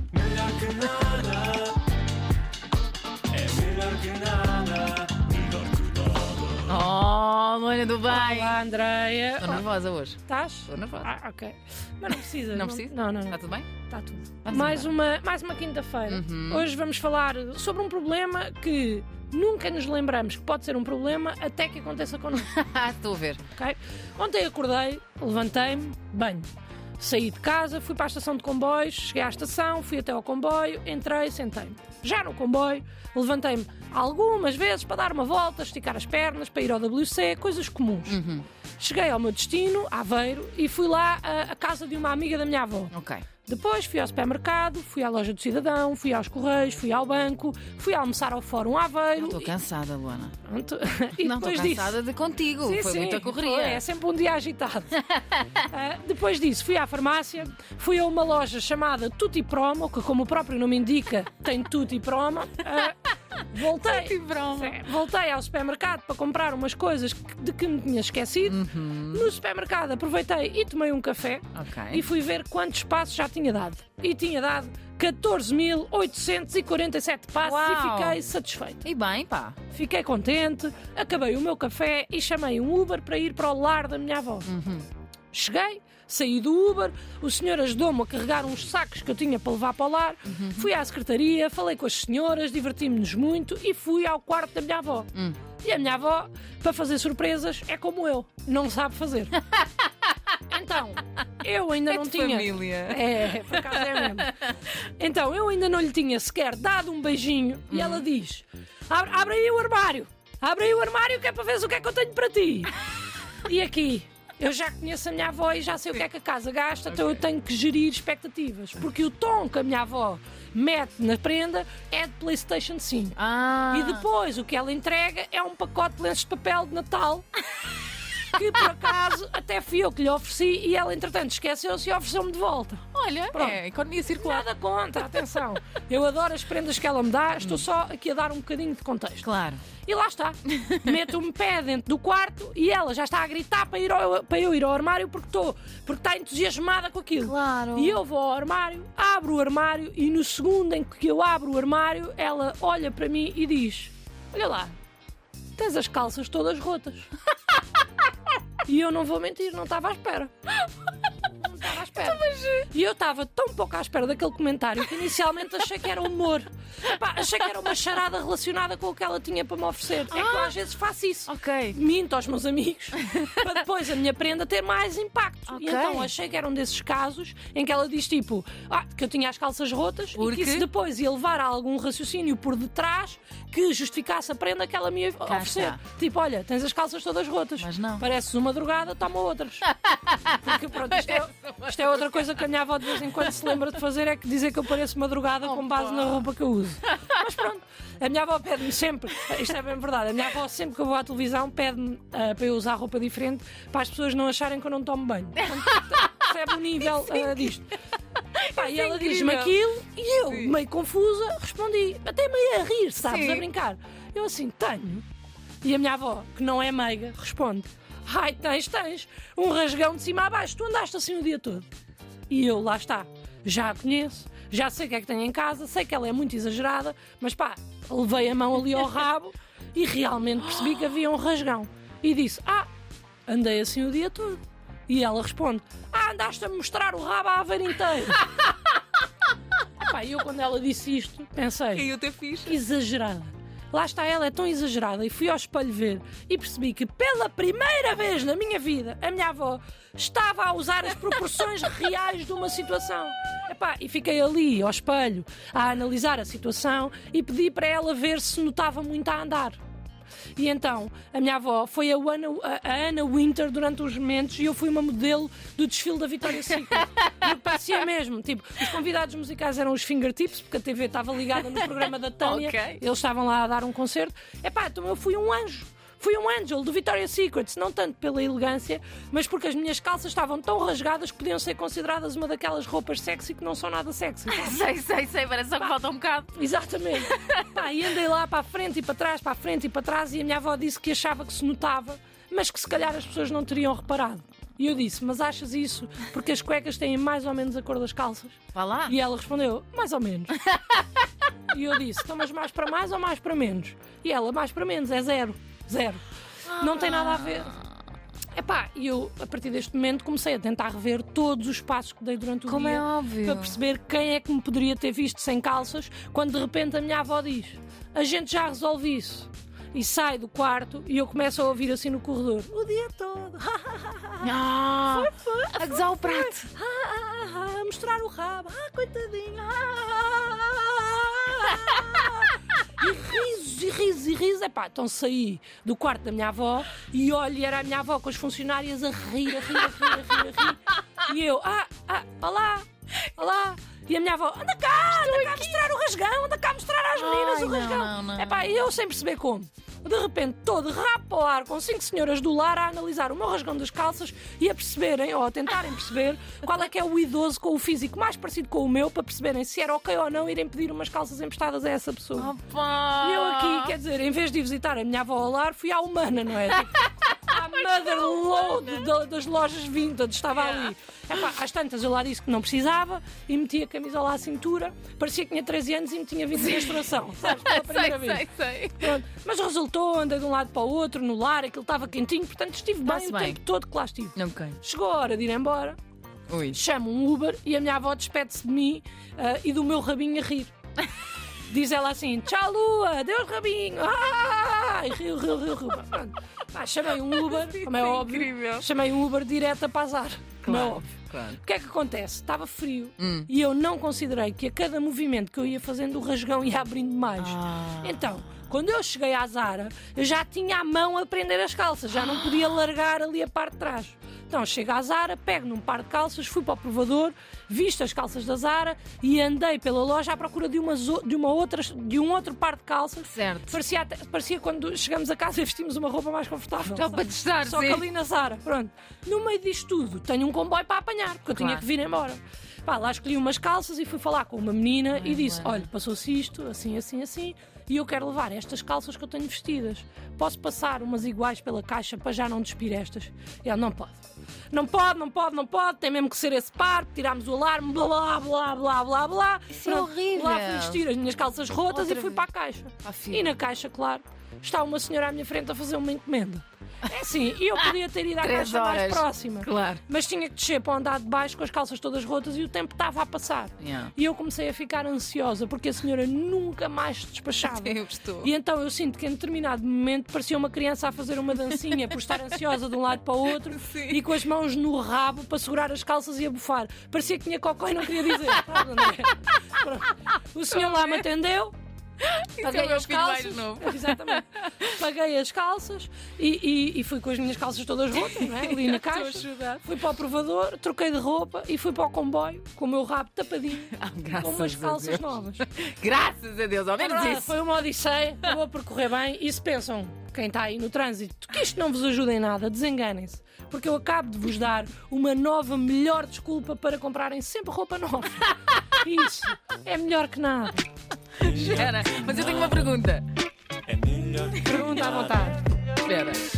que nada. É melhor que nada. Melhor que nada. Oh, Luana do bem. Olá, Andréia. Estou nervosa hoje. Estás? Estou nervosa. Ah, ok. Mas não precisa. Não precisa? Não, não. Está tudo Tá bem? Está tudo. Vamos Mais embora. uma, mais uma quinta-feira. Uhum. Hoje vamos falar sobre um problema que nunca nos lembramos que pode ser um problema até que aconteça connosco, Ah, estou a ver. ok? Ontem acordei, levantei-me, banho. Saí de casa, fui para a estação de comboios, cheguei à estação, fui até ao comboio, entrei, sentei-me. Já no comboio, levantei-me algumas vezes para dar uma volta, esticar as pernas, para ir ao WC, coisas comuns. Uhum. Cheguei ao meu destino, Aveiro, e fui lá à, à casa de uma amiga da minha avó. Ok. Depois fui ao supermercado, fui à loja do cidadão, fui aos correios, fui ao banco, fui almoçar ao Fórum Aveiro. Estou cansada, Luana. e, pronto, e não, estou depois cansada disso. de contigo. Sim, Foi sim, muita correria. foi, é sempre um dia agitado. Ah, depois disso, fui à farmácia, fui a uma loja chamada Tutti Promo, que, como o próprio nome indica, tem Tutti Promo. Ah, voltei. Que broma. Sim. Voltei ao supermercado para comprar umas coisas que- de que me tinha esquecido. No supermercado aproveitei e tomei um café Uhum. Ok. e fui ver quantos passos já tinha dado. E tinha dado 14.847 passos Uau. e fiquei satisfeita. E bem, pá. Fiquei contente, acabei o meu café e chamei um Uber para ir para o lar da minha avó. Cheguei, saí do Uber, o senhor ajudou-me a carregar uns sacos que eu tinha para levar para o lar, fui à secretaria, falei com as senhoras, divertimos-nos muito e fui ao quarto da minha avó. Hum. E a minha avó, para fazer surpresas, é como eu, não sabe fazer. Então, eu ainda não É de tinha. família. É, por acaso é mesmo. Então, eu ainda não lhe tinha sequer dado um beijinho e Hum. ela diz: abre, abre aí o armário, abre aí o armário que é para veres o que é que eu tenho para ti. E aqui, eu já conheço a minha avó e já sei o que é que a casa gasta, então eu tenho que gerir expectativas, porque o tom que a minha avó mete na prenda é de PlayStation 5. Ah. E depois o que ela entrega é um pacote de lenços de papel de Natal. Que por acaso até fui eu que lhe ofereci e ela, entretanto, esqueceu-se e ofereceu-me de volta. Olha, Pronto. é economia circular. Nada contra, atenção. Eu adoro as prendas que ela me dá, estou só aqui a dar um bocadinho de contexto. Claro. E lá está. Meto-me pé dentro do quarto e ela já está a gritar para, ir ao- para eu ir ao armário porque estou, porque está entusiasmada com aquilo. Claro. E eu vou ao armário, abro o armário e no segundo em que eu abro o armário, ela olha para mim e diz: Olha lá, tens as calças todas rotas. e eu não vou mentir, não estava à espera. Não estava Então, à espera. E eu estava tão pouco à espera daquele comentário que inicialmente achei que era humor. Epá, achei que era uma charada relacionada com o que ela tinha para me oferecer. É que eu às vezes faço isso Ah! Ok. minto aos meus amigos para depois a minha prenda ter mais impacto. Ok. E então achei que era um desses casos em que ela diz tipo "Ah, que eu tinha as calças rotas Porque? e que isso depois ia levar a algum raciocínio por detrás que justificasse a prenda que ela me ia oferecer. está. Tipo, olha, tens as calças todas rotas. Mas não. Pareces uma drogada, toma outras. Porque pronto, isto é, isto é outra coisa que a minha avó de vez em quando se lembra de fazer, é que dizer que eu pareço madrugada com base na roupa que eu uso. Mas pronto, a minha avó pede-me sempre, isto é bem verdade, a minha avó sempre que eu vou à televisão pede-me ah, para eu usar roupa diferente para as pessoas não acharem que eu não tomo banho. Portanto, Percebe o nível ah, disto. Pá, e ela diz-me incrível. aquilo e eu, Sim. meio confusa, respondi, até meio a rir, sabes, Sim. a brincar. Eu assim, tenho. E a minha avó, que não é meiga, responde: Ai, tens, tens, um rasgão de cima a baixo, tu andaste assim o dia todo. E eu, lá está, já a conheço, já sei o que é que tenho em casa, sei que ela é muito exagerada, mas pá, levei a mão ali ao rabo e realmente percebi que havia um rasgão. E disse: Ah, andei assim o dia todo. E ela responde: Ah, andaste a mostrar o rabo à aveira inteira. Pá, e eu quando ela disse isto, pensei Caiu até ficha. exagerada. Lá está ela, é tão exagerada. E fui ao espelho ver e percebi que pela primeira vez na minha vida a minha avó estava a usar as proporções reais de uma situação. Epá, e fiquei ali ao espelho a analisar a situação e pedi para ela ver se notava muito a andar. E então, a minha avó foi a Ana, a- a Ana Winter durante os momentos e eu fui uma modelo do desfile da Vitória Secret. Eu parecia mesmo. Tipo, os convidados musicais eram os Fingertips, porque a TV estava ligada no programa da Tânia. Ok. Eles estavam lá a dar um concerto. Epá, então eu fui um anjo. Fui um angel do Victoria's Secret, não tanto pela elegância, mas porque as minhas calças estavam tão rasgadas que podiam ser consideradas uma daquelas roupas sexy que não são nada sexy. Sei, sei, sei. Parece só que falta um bocado. Exatamente. Pá, e andei lá para a frente e para trás, para a frente e para trás, e a minha avó disse que achava que se notava, mas que se calhar as pessoas não teriam reparado. E eu disse: Mas achas isso porque as cuecas têm mais ou menos a cor das calças? Vá lá. E ela respondeu: Mais ou menos. e eu disse: Então, mas mais para mais ou mais para menos? E ela: Mais para menos, é zero. Zero. Não tem nada a ver. Epá, e eu, a partir deste momento, comecei a tentar rever todos os passos que dei durante o Como dia. é óbvio. Para perceber quem é que me poderia ter visto sem calças, quando de repente a minha avó diz: A gente já resolve isso. E sai do quarto e eu começo a ouvir assim no corredor: O dia todo. Ah, a gozar o prato. Ah, ah, ah, ah, mostrar o rabo. Ah, coitadinho. Ah, ah, ah, ah, ah. E risos, e risos, e risos. Epá, então saí do quarto da minha avó e olho, e era a minha avó com as funcionárias a rir, a rir, a rir, a rir, a rir. E eu, ah, ah, olá, olá. E a minha avó, anda cá, anda cá mostrar o rasgão, anda cá mostrar às meninas Ai, o não, rasgão. não, não. Epá, e eu sem perceber como. De repente, todo rabo ao ar, com cinco senhoras do lar a analisar o meu rasgão das calças e a perceberem, ou a tentarem perceber, qual é que é o idoso com o físico mais parecido com o meu, para perceberem se era ok ou não irem pedir umas calças emprestadas a essa pessoa. Opa. E eu aqui, é quer dizer, em vez de ir visitar a minha avó ao lar, fui à humana, não é? Tipo, à mother load da- das lojas vintage, estava ali. Epá, às tantas eu lá disse que não precisava e meti a camisola à cintura, parecia que tinha 13 anos e me tinha vindo de menstruação, sabes, pela primeira vez. Sei, sei, sei. Pronto. Mas resultou, andei de um lado para o outro, no lar, aquilo estava quentinho, portanto estive bem Está-se o bem. tempo todo que lá estive. Não quero. Chegou a hora de ir embora, Ui. chamo um Uber e a minha avó despede-se de mim ah, e do meu rabinho a rir. Diz ela assim: Tchau, Lua, Deus rabinho! Ah! E riu, riu, riu, riu. Pronto. Pá, chamei um Uber, como é Isso é óbvio. incrível. Chamei um Uber direto a Pazar, como é Claro, óbvio. claro. O que é que acontece? Estava frio Hum. e eu não considerei que a cada movimento que eu ia fazendo o rasgão ia abrindo mais. Ah. Então, quando eu cheguei à Zara, eu já tinha a mão a prender as calças, já não podia largar ali a parte de trás. Então, chego à Zara, pego num par de calças, fui para o provador, visto as calças da Zara e andei pela loja à procura de, umas o- de, uma outra, de um outro par de calças. Certo. Parecia, até- parecia quando chegamos a casa e vestimos uma roupa mais confortável. Só para testar, Só que sim. ali na Zara, pronto. No meio disto tudo, tenho um comboio para apanhar, porque eu tinha Claro. que vir embora. Pá, lá escolhi umas calças e fui falar com uma menina e disse: Luana. Olha, passou-se isto, assim, assim, assim, e eu quero levar estas calças que eu tenho vestidas. Posso passar umas iguais pela caixa para já não despir estas? E ela: Não pode. Não pode, não pode, não pode, tem mesmo que ser esse par, tirámos o alarme, blá, blá, blá, blá, blá. Isso é Pronto, horrível. Lá fui vestir as minhas calças rotas Outra e fui vez. para a caixa. Pá, Ah, filho. e na caixa, claro, está uma senhora à minha frente a fazer uma encomenda. É assim, e eu podia ter ido à Três caixa mais horas. próxima. Claro. Mas tinha que descer para o andar de baixo com as calças todas rotas e o tempo estava a passar. Yeah. E eu comecei a ficar ansiosa porque a senhora nunca mais se despachava. Eu estou. E então eu sinto que em determinado momento parecia uma criança a fazer uma dancinha por estar ansiosa de um lado para o outro Sim. e com as mãos no rabo para segurar as calças e a bufar. Parecia que tinha cocó e não queria dizer. Sabe, André? Pronto. o senhor lá me atendeu. Paguei é o meu as filho mais calças, novo. Exatamente. Paguei as calças e, e- e fui com as minhas calças todas rotas, não é? ali na Estou a caixa. chorar. Fui para o provador, troquei de roupa e fui para o comboio com o meu rabo tapadinho, Ah, graças com umas a calças Deus. novas. É Graças a Deus, ao menos Verdade, É isso. Foi uma odisseia, eu vou percorrer bem e se pensam, quem está aí no trânsito, que isto não vos ajuda em nada, desenganem-se. Porque eu acabo de vos dar uma nova, melhor desculpa para comprarem sempre roupa nova. Isso é melhor que nada. Espera, mas eu tenho uma pergunta. É melhor Pergunta à vontade. Espera.